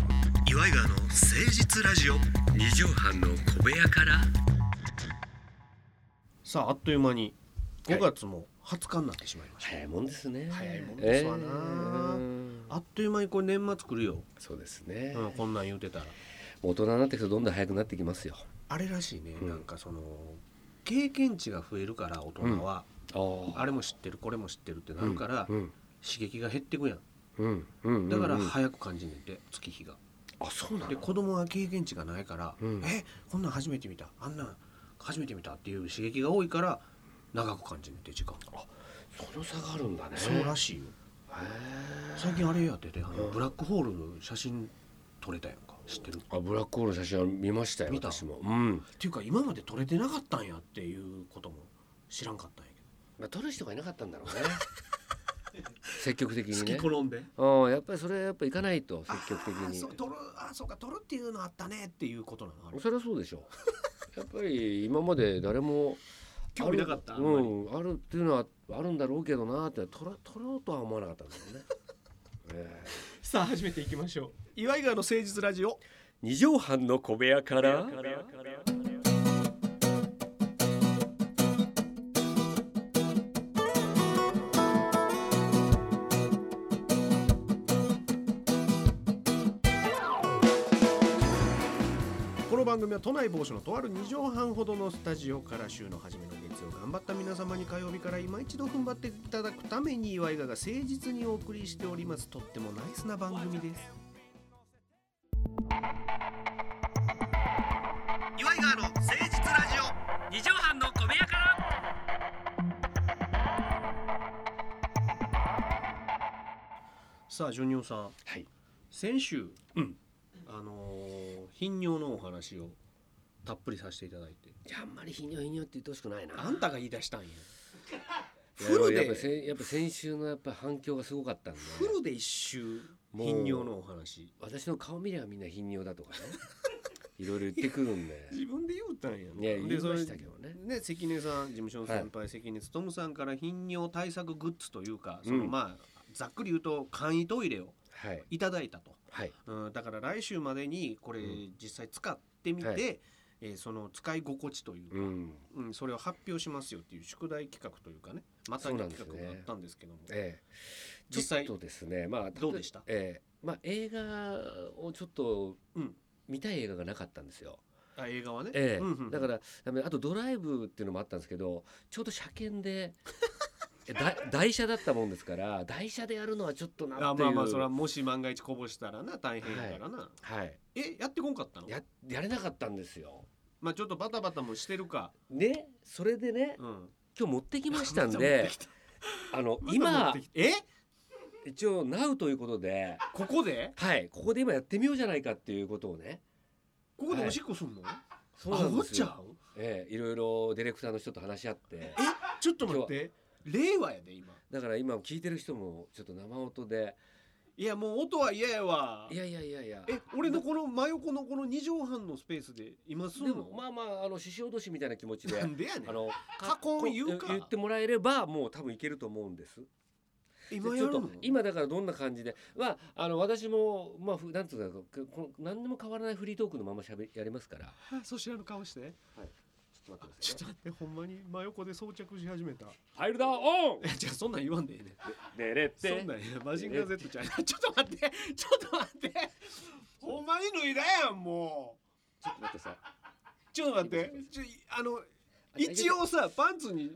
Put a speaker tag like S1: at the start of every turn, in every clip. S1: イガーの誠実ラジオ
S2: 二畳半の小部屋から
S3: さああっという間に
S2: はい
S3: 5月も20日になってしまいました、
S2: 早いもんですね
S3: 早いもんですわなあっという間にこれ年末来るよ、
S2: そうですね、
S3: うん、こんなん言うてたら
S2: 大人になってくるとどんどん早くなってきますよ
S3: あれらしいね、
S2: うん
S3: なんかその経験値が増えるから大人は、
S2: あ
S3: あれも知ってるこれも知ってるってなるから、
S2: うん
S3: 刺激が減ってくやん
S2: うんうん
S3: だから
S2: うんうん
S3: 早く感じねんて月日が
S2: あそうな
S3: で
S2: の
S3: 子供は経験値がないから、
S2: うん
S3: えこんなん初めて見たあんなん初めて見たっていう刺激が多いから長く感じねんて時間が、
S2: その差があるんだね
S3: そうらしいよ
S2: へえ
S3: 最近あれやっててあのブラックホールの写真撮れたやんか知ってるっ
S2: あブラックホールの写真は見ましたよ
S3: 見た
S2: 私もうん
S3: ていうか今まで撮れてなかったんやっていうことも知らんかったんや
S2: まあ撮る人がいなかったんだろうね 積極的
S3: けど
S2: にね
S3: 転んで
S2: うんやっぱりそれはやっぱ行かないと積極的
S3: あー
S2: に
S3: そう撮るあーそうか撮るっていうのあったねっていうことなのあれ
S2: そりゃそうでしょやっぱり今まで誰も
S3: 興味なかった
S2: あ
S3: あん
S2: る
S3: まり
S2: うんあるっていうのはあるんだろうけどなって取ら取ろうとは思わなかったんだろうね、ええ
S3: さあ始めていきましょう岩井川の誠実ラジオ
S2: 二畳半の小部屋から
S3: この番組は都内某所のとある2畳半ほどのスタジオから週の初めの月曜頑張った皆様に火曜日から今一度踏ん張っていただくために岩井川が誠実にお送りしておりますとってもナイスな番組です岩井川の誠実ラジオ
S2: 二畳半の小部屋から
S3: さあジョニオさん
S2: はい
S3: 先週、
S2: うん
S3: あのー頻尿のお話をたっぷりさせていただいて
S2: いやあんまり日にょ日にょって言ってほしくないな
S3: あんたが言い出したんや
S2: い
S3: フ
S2: や
S3: ル
S2: やっぱり
S3: で
S2: せんやっぱ先週のやっぱり反響がすごかったんで
S3: フルで一周
S2: もう
S3: 頻尿のお話
S2: 私の顔見ればみんな頻尿だとかね いろいろ言ってくるんで
S3: 自分で言うたんや
S2: いや
S3: で
S2: 言い
S3: そ
S2: ま
S3: れ
S2: したけどね
S3: ね関根さん事務所の先輩、関根勤さんから頻尿対策グッズというかその、
S2: うん
S3: まあざっくり言うと簡易トイレを
S2: はい
S3: いただいたと、
S2: はい
S3: うん、だから来週までにこれ
S2: うん
S3: 実際使ってみて、
S2: はい
S3: えーその使い心地というか、
S2: うん
S3: うん、それを発表しますよっていう宿題企画というかねまた
S2: そうなん
S3: 企
S2: ですね
S3: 画があったんですけども、
S2: ええ、
S3: 実際
S2: ちょっとですね、まあ、
S3: どうでした
S2: ええまあ、映画をちょっと
S3: うん
S2: 見たい映画がなかったんですよ、
S3: あ映画はね、
S2: ええ
S3: うんうんうん
S2: だからあのあとドライブっていうのもあったんですけどちょうど車検 でえだ台車だったもんですから台車でやるのはちょっとな
S3: あ
S2: っていう
S3: まあまあそれはもし万が一こぼしたらな大変やからな、
S2: はい、
S3: えやってこんかったの
S2: ややれなかったんですよ。
S3: まあちょっとバタバタもしてるか、
S2: ねそれでね
S3: うん、
S2: 今日持ってきました
S3: ま
S2: ん
S3: た持っ
S2: で
S3: てきた
S2: あ
S3: ま
S2: の
S3: た持っ
S2: 今
S3: てきたえ
S2: 一応 NOW ということで、
S3: ここで
S2: はい、ここで今やってみようじゃないかっていうことをね
S3: ここでおしっこすんの、
S2: そ
S3: あ
S2: うなん
S3: お
S2: で
S3: っ
S2: す
S3: ち
S2: よ
S3: ゃう
S2: ええ、いろいろディレクターの人と話し合って
S3: えちょっと待って令和やで今
S2: だから今聞いてる人もちょっと生音で
S3: いやもう音は嫌やわ
S2: 「いやいやいやいや」
S3: え俺のこの真横のこの2畳半のスペースで今すん
S2: でも
S3: の、
S2: まあまああの獅子落としみたいな気持ちで
S3: な
S2: あ
S3: んでやねん
S2: の
S3: 過去を言うか
S2: 言ってもらえればもう多分いけると思うんです。
S3: 今
S2: で
S3: や
S2: ちょ
S3: る
S2: っ
S3: の
S2: と今だからどんな感じでまああの私もまあふなんつうんだろうこの何にも変わらないフリートークのまましゃべやりますから。
S3: あそちらの顔して
S2: ちょっと待ってくだ
S3: ち
S2: さ
S3: ょっ
S2: い
S3: と
S2: ね
S3: 待ってほんまに真横で装着し始めた
S2: ファイルダーオン
S3: えじゃあそんなん言わんでいいね
S2: でれって
S3: そんなんやマジンガー Z ちゃん ちょっと待ってちょっと待ってほんまに脱いだやんも
S2: ちょっと待ってさ
S3: うちょっと待ってちょいあの一応さパンツに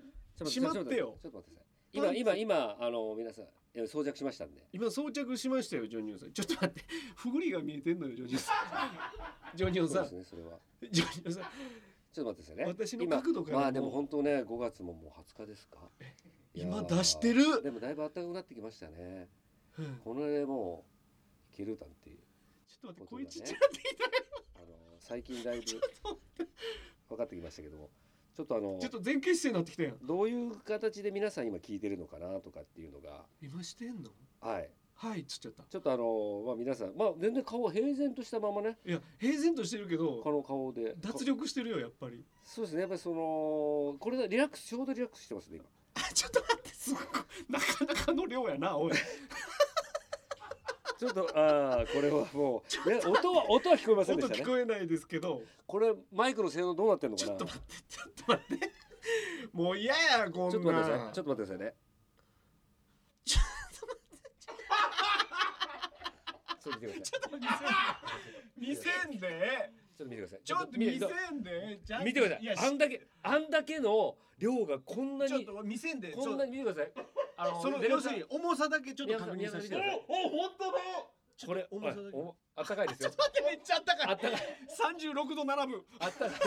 S3: しまってよ
S2: ちょっと待ってくださいちょっと待ってください今今今あの皆さんえ装着しましたんで
S3: 今装着しましたよジョニオさんちょっと待ってふぐりが見えてんのよジョニオさ んジョニオ
S2: そ
S3: さ
S2: うんですねそれは
S3: ジョニオさん
S2: ちょっと待ってくださいね。
S3: 私の角度から
S2: 今ま
S3: も
S2: あでも本当ね、5月ももう20日ですか。いや
S3: 今
S2: ー
S3: 出して。る
S2: でもだいぶ暖かくなってきましたね。
S3: うん
S2: このでもういけるなんていう。
S3: ちょっと
S2: こう
S3: 待
S2: い
S3: って声ち
S2: うこと
S3: っち
S2: だね
S3: ゃなってきた
S2: あの最近 だいぶ分かってきましたけども、ちょっとあの
S3: ちょっと前傾姿勢になってきたやん
S2: どういう形で皆さん今聞いてるのかなとかっていうのが、
S3: 今してんの
S2: はい。
S3: はいっつっちゃった
S2: ちょっとあのまあ皆さんまあ全然顔は平然としたままね、
S3: いや平然としてるけ
S2: こ
S3: ど
S2: の顔で。
S3: 脱力してるよやっぱり
S2: そうですね。やっぱりそのこれでリラックスちょうどリラックスしてますね今。
S3: あちょっと待ってすごいなかなかの量やなおい
S2: ちょっとああこれはも うね音は音は聞こえませんで
S3: 音
S2: した
S3: 聞
S2: ね。
S3: こえないですけど
S2: これマイクの性能どうなってるのか
S3: ち
S2: な。
S3: ょっと待ってちょっと待ってもう嫌やこんな
S2: ちょっと待ってください。ちょ
S3: っ
S2: っと待ってくださいね。ちょっと待って。ちょっ
S3: と見せんで
S2: と見てください。
S3: ちょっと見せんでちゃんと
S2: 見てくだ
S3: い
S2: さ
S3: や
S2: い。あんだけあんだけの量がこんな
S3: ちょっ
S2: に
S3: と見せんで
S2: こんなに見てください。あ
S3: ちょっとその
S2: レベ
S3: 要
S2: ル
S3: す
S2: さん
S3: るに重さだけちょっと確認させてください
S2: お
S3: 本当だ
S2: これ
S3: 重さだけ
S2: おあったかいです
S3: ちょ
S2: よ
S3: っと。待ってめっちゃあった
S2: あ
S3: か
S2: っ
S3: い
S2: たかい
S3: 36度並ぶ
S2: あったかいです。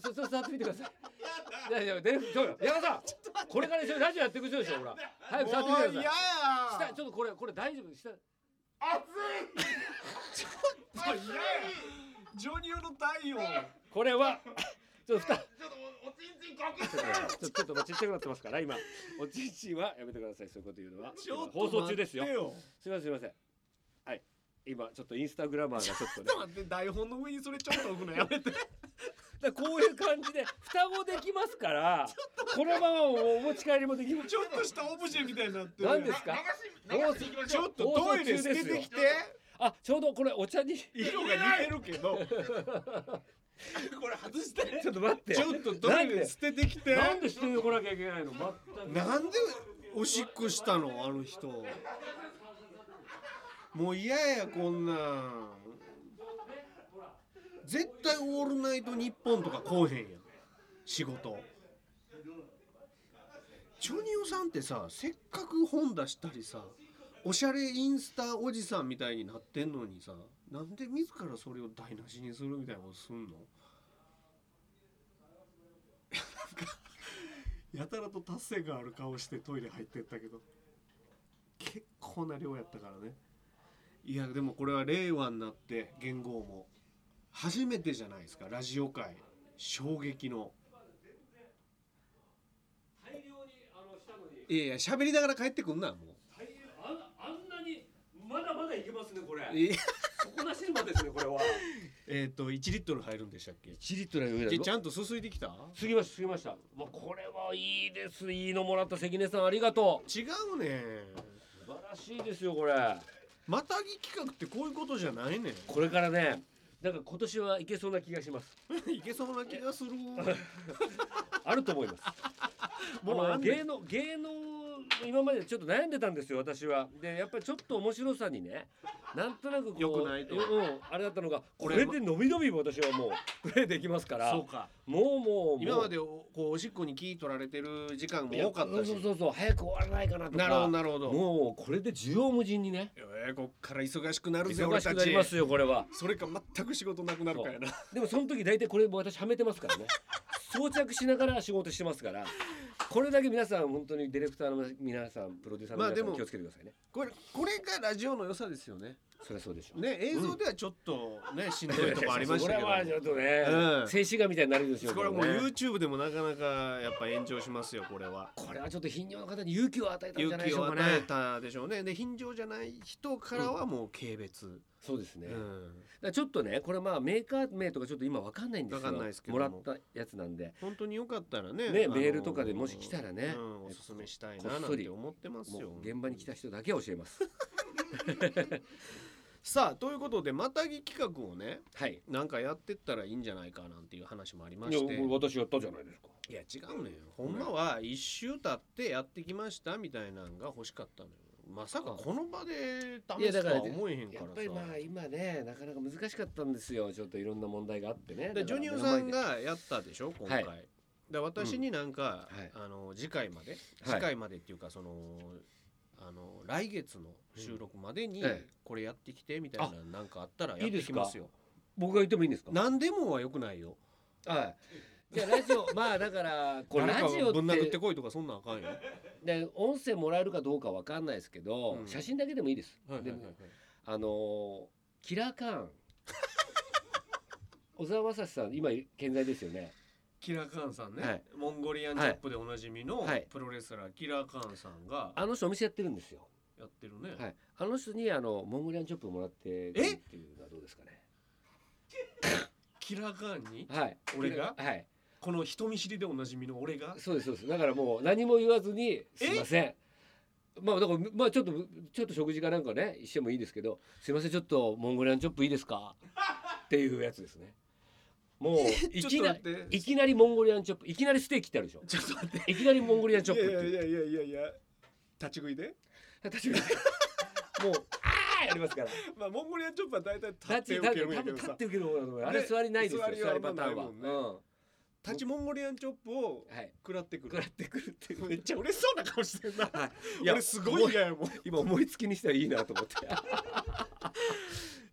S2: ちょちょっと座ってみてください。いやいやでちょ山田さんこれから一緒にラジオやっていく人でしょほら。早く座ってみて
S3: もう
S2: くだ
S3: 嫌
S2: さ
S3: や
S2: い。下ちょっとこれこれ大丈夫下。
S3: もう嫌やジョニオの太陽
S2: これ はちょっとふたちょっとおちんちん隠してちょっとちっちゃくなってますから今おちんちんはやめてくださいそういうこと言うのは
S3: ちょっと
S2: 放送中ですよ
S3: 待ってよ
S2: すみませんすみませんはい今ちょっとインスタグラマーがちょっとね
S3: ちょっと待って台本の上にそれちょっと置くのやめて
S2: だからこういう感じで双子できますからこのままお持ち帰りもできます
S3: ちょっとしたオブジェみたいになってる
S2: 何ですか
S4: 流し流していきまし
S3: ち
S4: ょ
S3: ょ
S4: う
S3: っとトイレ透けてきて
S2: あちょうどこれお茶に ち
S3: 色が似てるけど
S4: これ外して
S2: ょっと待って
S3: ちょっとトイレ捨ててきて
S2: なんでしてこなきゃいけないの全く
S3: なんでおしっこしたのあの人もう嫌やこんなん絶対「オールナイトニッポン」とかこうへんやん仕事ジョニオさんってさせっかく本出したりさおしゃれインスタおじさんみたいになってんのにさなんで自らそれを台無しにするみたいなことすんのやたらと達成感ある顔してトイレ入ってったけど結構な量やったからねいやでもこれは令和になって元号も初めてじゃないですかラジオ界衝撃の
S2: 大量にあのしたのに
S3: いやいや喋りながら帰ってくんなも
S2: 大量ああんなにまだまだいけますねこれ
S3: ういや
S2: 底なし沼ですねこれは
S3: えっと1リットル入るんでしたっけ
S2: 1リットル上
S3: ちちゃんとすすいできた
S2: 過ぎました過ぎましたわこれはいいですいいのもらった関根さんありがとう
S3: 違うねん
S2: 素晴らしいですよこれ
S3: またぎ企画ってこういうことじゃないねん
S2: これからねなんか今年はいけそうな気がします
S3: いけそうな気がする
S2: あると思います
S3: もう
S2: あ
S3: あ
S2: の
S3: んねん
S2: 芸能芸能今までちょっと悩んでたんですよ私はでやっぱりちょっと面白さにねなんとなくこう
S3: 良くないと
S2: うん、あれだったのがこ
S3: これ
S2: れでのびのび私はもうプレイできますから
S3: そうか
S2: もうもうもう
S3: 今までおこうおしっこに気取られてる時間も多かったし
S2: そうそうそう早く終わらないかなとか
S3: なるほどなるほど
S2: もうこれで需要無尽にね
S3: えー、こっから忙しくなるぜ
S2: 忙
S3: 俺
S2: しく
S3: た
S2: な
S3: ち
S2: りますよこれは
S3: それか全く仕事なくなるからな
S2: でもその時大体これ私はめてますからね装着しながら仕事してますからこれだけ皆さん本当にディレクターの皆さんプロデューサーの皆
S3: まあで
S2: さん
S3: も
S2: 気をつけてくださいね、
S3: これこれがラジオの良さですよね
S2: そりゃそうでしょ
S3: ね映像ではちょっとね、しんどいとこありまし
S2: こ
S3: た
S2: れ
S3: けど
S2: はちょっとね、
S3: うん
S2: 静止画みたいになるんですよ
S3: これはもう
S2: ね
S3: YouTube でもなかなかやっぱ炎上しますよこれは
S2: これはちょっと頻尿の方に勇気を与えたんじ
S3: 勇
S2: ゃないで
S3: 気
S2: しょ
S3: を
S2: うか
S3: 与え
S2: ね
S3: たでしょうねで貧常じゃない人からはもう軽蔑、
S2: そうですね、
S3: う
S2: だか
S3: ん、
S2: らちょっとねこれまあメーカー名とかちょっと今わかんないんですけど
S3: わかんないですけ
S2: も
S3: ど
S2: ら
S3: も
S2: ったやつなんで
S3: 本当によかったらね
S2: ね
S3: あの
S2: メールとかでもし来たらね
S3: うんおすすめしたいなな
S2: こっそ
S3: ん
S2: り
S3: て思ってます
S2: も
S3: よ
S2: う現場に来た人だけは教えます
S3: さあということでまたぎ企画をね
S2: はい
S3: なんかやってったらいいんじゃないかなんていう話もありま
S2: いや
S3: して
S2: これ私やったじゃないですか
S3: いや違うねんほんまは一周経ってやってきましたみたいなのが欲しかったのよまさかこの場で試すとは思えへんか
S2: や
S3: ら
S2: っ
S3: さ
S2: ぱりまあ今ねなかなか難しかったんですよちょっといろんな問題があってね
S3: でジョニオさんがやったでしょ今回、
S2: は
S3: で私になんか、
S2: うんはい
S3: あの次回まで、次回までっていうかそのあの来月の収録までに
S2: うんええ
S3: これやってきてみたいなのなんかあったらやっ
S2: いいで
S3: て
S2: すか
S3: きますよ
S2: 僕が言ってもいいんですか
S3: 何でもはよくないよ
S2: はいじゃあラジオ まあだからこれラジオ
S3: 誰かぶん
S2: っ
S3: 殴
S2: て
S3: ってこいとかそんなんあかんよ、はい
S2: ね音声もらえるかどうかわかんないですけど、
S3: うん
S2: 写真だけでもいいです、
S3: はいはい
S2: であのーキラーカー ン小沢雅史さん今健在ですよね
S3: キラカーンさんね、
S2: はい
S3: モンゴリアンチャップでおなじみの
S2: はい
S3: プロレスラーキラカーンさんが
S2: あの人お店やってるんですよ
S3: やってるね、
S2: はいあの人にあのモンゴリアンチョップもらってっていうのはどうですかね
S3: キラカーンに
S2: はい
S3: 俺が
S2: はい
S3: この人見知りでおなじみの俺が
S2: そうですそうですだからもう何も言わずに「
S3: え
S2: すいませんまあだからまあちょっとちょっと食事かなんかねしてもいいですけど「すいませんちょっとモンゴリアンチョップいいですか?」っていうやつですね。もうい
S3: ち
S2: き
S3: ょっ
S2: な
S3: と待って
S2: いきなりモンゴリアンチョップいきなりステーキってあるでしょ
S3: ちょっと待って
S2: いきなりモンゴリアンチョップっていう
S3: いやいやいやいやいや立ち食いで
S2: 確かにもう「ああ!」やりますから
S3: まあモンゴリアンチョップは大体立
S2: だ
S3: っ
S2: ってて
S3: 受
S2: 多
S3: けるん
S2: 分
S3: や
S2: 多
S3: けど
S2: 分立
S3: さ
S2: って受ける方だと思うあ
S3: ね
S2: れ座りないですよ
S3: 座
S2: 座
S3: り
S2: り
S3: はあんま
S2: パターンは、
S3: ないもんね
S2: う
S3: 立ちモンゴリアンチョップを
S2: んはい
S3: 食らってく
S2: 食ら
S3: る
S2: ってくるっていう
S3: めっちゃ嬉しそうな顔してるな
S2: はいいや
S3: 俺すごい嫌やもん
S2: 今思いつきにしたらいいなと 思って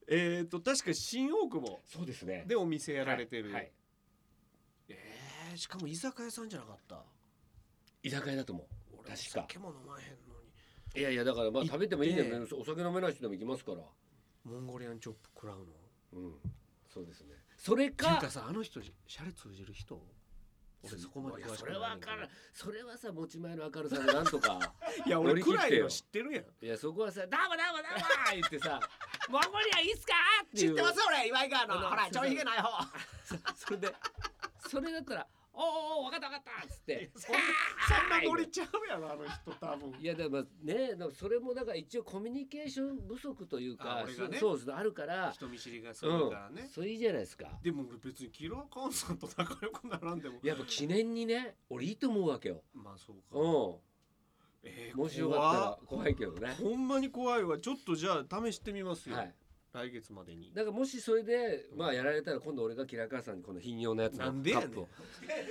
S3: えっと確か新大久保
S2: そうですね
S3: でお店やられてる、
S2: はいはい
S3: えーしかも居酒屋さんじゃなかった
S2: 居酒屋だと思う
S3: 俺
S2: 確か
S3: お酒も飲まへんのに
S2: いやいやだからまあ食べてもいいんだけ
S3: 行っ
S2: どお酒飲めない人でも行きますから
S3: モンゴリアンチョップ食らうの
S2: うんそうですねそれ
S3: っていう
S2: か
S3: かさあの人シャレ通じる人俺そこまで
S2: いや
S3: 詳しく
S2: そ
S3: な
S2: れ
S3: い
S2: は分からんそれはさ持ち前の明るさでなん とか
S3: いや
S2: 乗
S3: 俺
S2: り切
S3: く
S2: ってよ
S3: らいの知ってるやん
S2: いやそこはさ「ダーマダーマダーマ!」言って さ「モンゴリアンいいっすか?」っていう
S3: 俺岩井川
S2: のほらちょいひげ
S3: ない方
S2: それでそれだったら「おーお分かった分かった」っつって
S3: そんなそんなノリちゃうやろあの人多分
S2: いやでもねだからそれもだから一応コミュニケーション不足という
S3: あ
S2: か
S3: 俺がね
S2: そうそうですねあるから
S3: 人見知りがす
S2: う
S3: ご
S2: ん
S3: いからね、
S2: それいいじゃないですか
S3: でも俺別にキラーカンさんと仲良くならんでも
S2: やっぱ記念にね俺いいと思うわけよ
S3: まあそうか、
S2: う
S3: えー
S2: んもしよかったら怖いけどね
S3: 怖っほんまに怖いわちょっとじゃあ試してみますよ、
S2: はい
S3: 来月までに
S2: だからもしそれで
S3: うん
S2: まあやられたら今度俺がキラカーさんにこの頻尿のやつの
S3: なんでや
S2: カ
S3: ねん
S2: ップを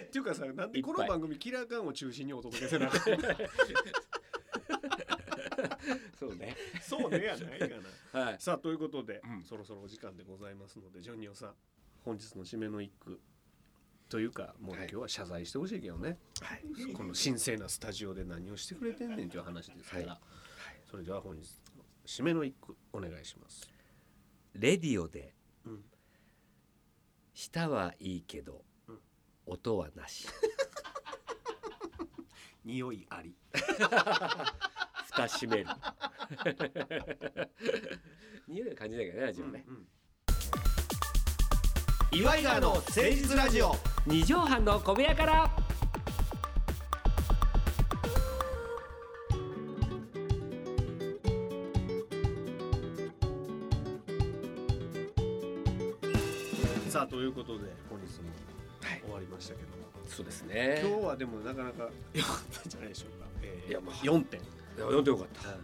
S3: っていうかさなんでこの
S2: いっぱい
S3: 番組キラーカンを中心にお届けせなあかん
S2: そうね
S3: そうねやないがな
S2: はい
S3: さあということで、
S2: うん
S3: そろそろお時間でございますのでジョニオさん本日の締めの一句というかもう
S2: は
S3: 今
S2: い
S3: 日は謝罪してほしいけどね、この神聖なスタジオで何をしてくれてんねんという話ですから、
S2: はいはい
S3: それでは本日の締めの一句お願いします。
S2: レディオで
S3: うん
S2: 舌はいいけど
S3: うん
S2: 音はなし
S3: 匂いあり
S2: 蓋閉める 匂いは感じないからね味はね
S3: 岩井川の誠実ラジオ
S2: 二畳半の小部屋から
S3: さあということで本日も
S2: はい
S3: 終わりましたけども、
S2: そうですね
S3: 今日はでもなかなか良かったんじゃないでしょうか、えー、
S2: いやまあ
S3: 4点、
S2: いや読んでよかっただか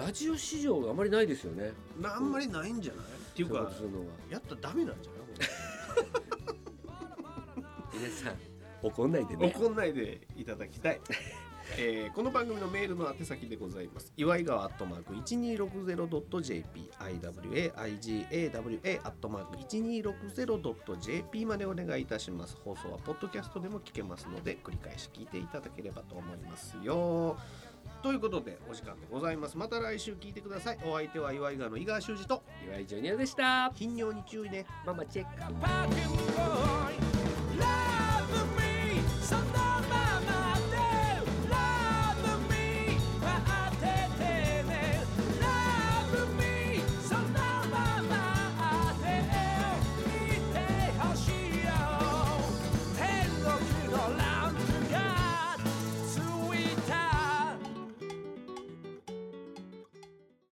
S2: らラジオ史上あまりないですよね
S3: まあ、あんまりないんじゃないっていう
S2: そういうこ
S3: か
S2: とするのは
S3: やったらダメなんじゃない
S2: 皆さん怒んないで ね
S3: 怒んないでいただきたい。 えーこの番組のメールの宛先でございます。岩井川アットマーク 1260.jp、iwaigawa アットマーク 1260.jp までお願いいたします。放送はポッドキャストでも聞けますので、繰り返し聞いていただければと思いますよ。ということで、お時間でございます。また来週聞いてください。お相手は岩井川の井川修司と、
S2: 岩井ジョニアでした
S3: 頻尿に注意ね。
S2: ママチェック
S5: Rock and roll.